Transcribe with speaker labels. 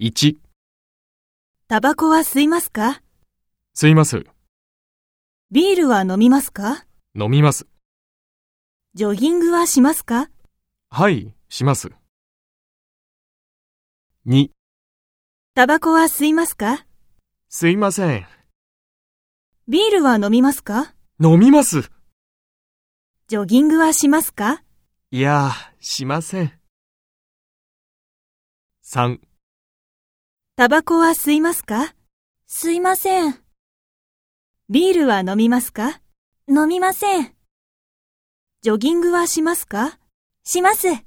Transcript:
Speaker 1: 1、
Speaker 2: タバコは吸いますか
Speaker 1: 吸います。
Speaker 2: ビールは飲みますか
Speaker 1: 飲みます。
Speaker 2: ジョギングはしますか
Speaker 1: はい、します。2、
Speaker 2: タバコは吸いますか
Speaker 1: すいません。
Speaker 2: ビールは飲みますか
Speaker 1: 飲みます。
Speaker 2: ジョギングはしますか
Speaker 1: いやー、しません。3、
Speaker 2: タバコは吸いますか吸いません。ビールは飲みますか飲みません。ジョギングはしますかします。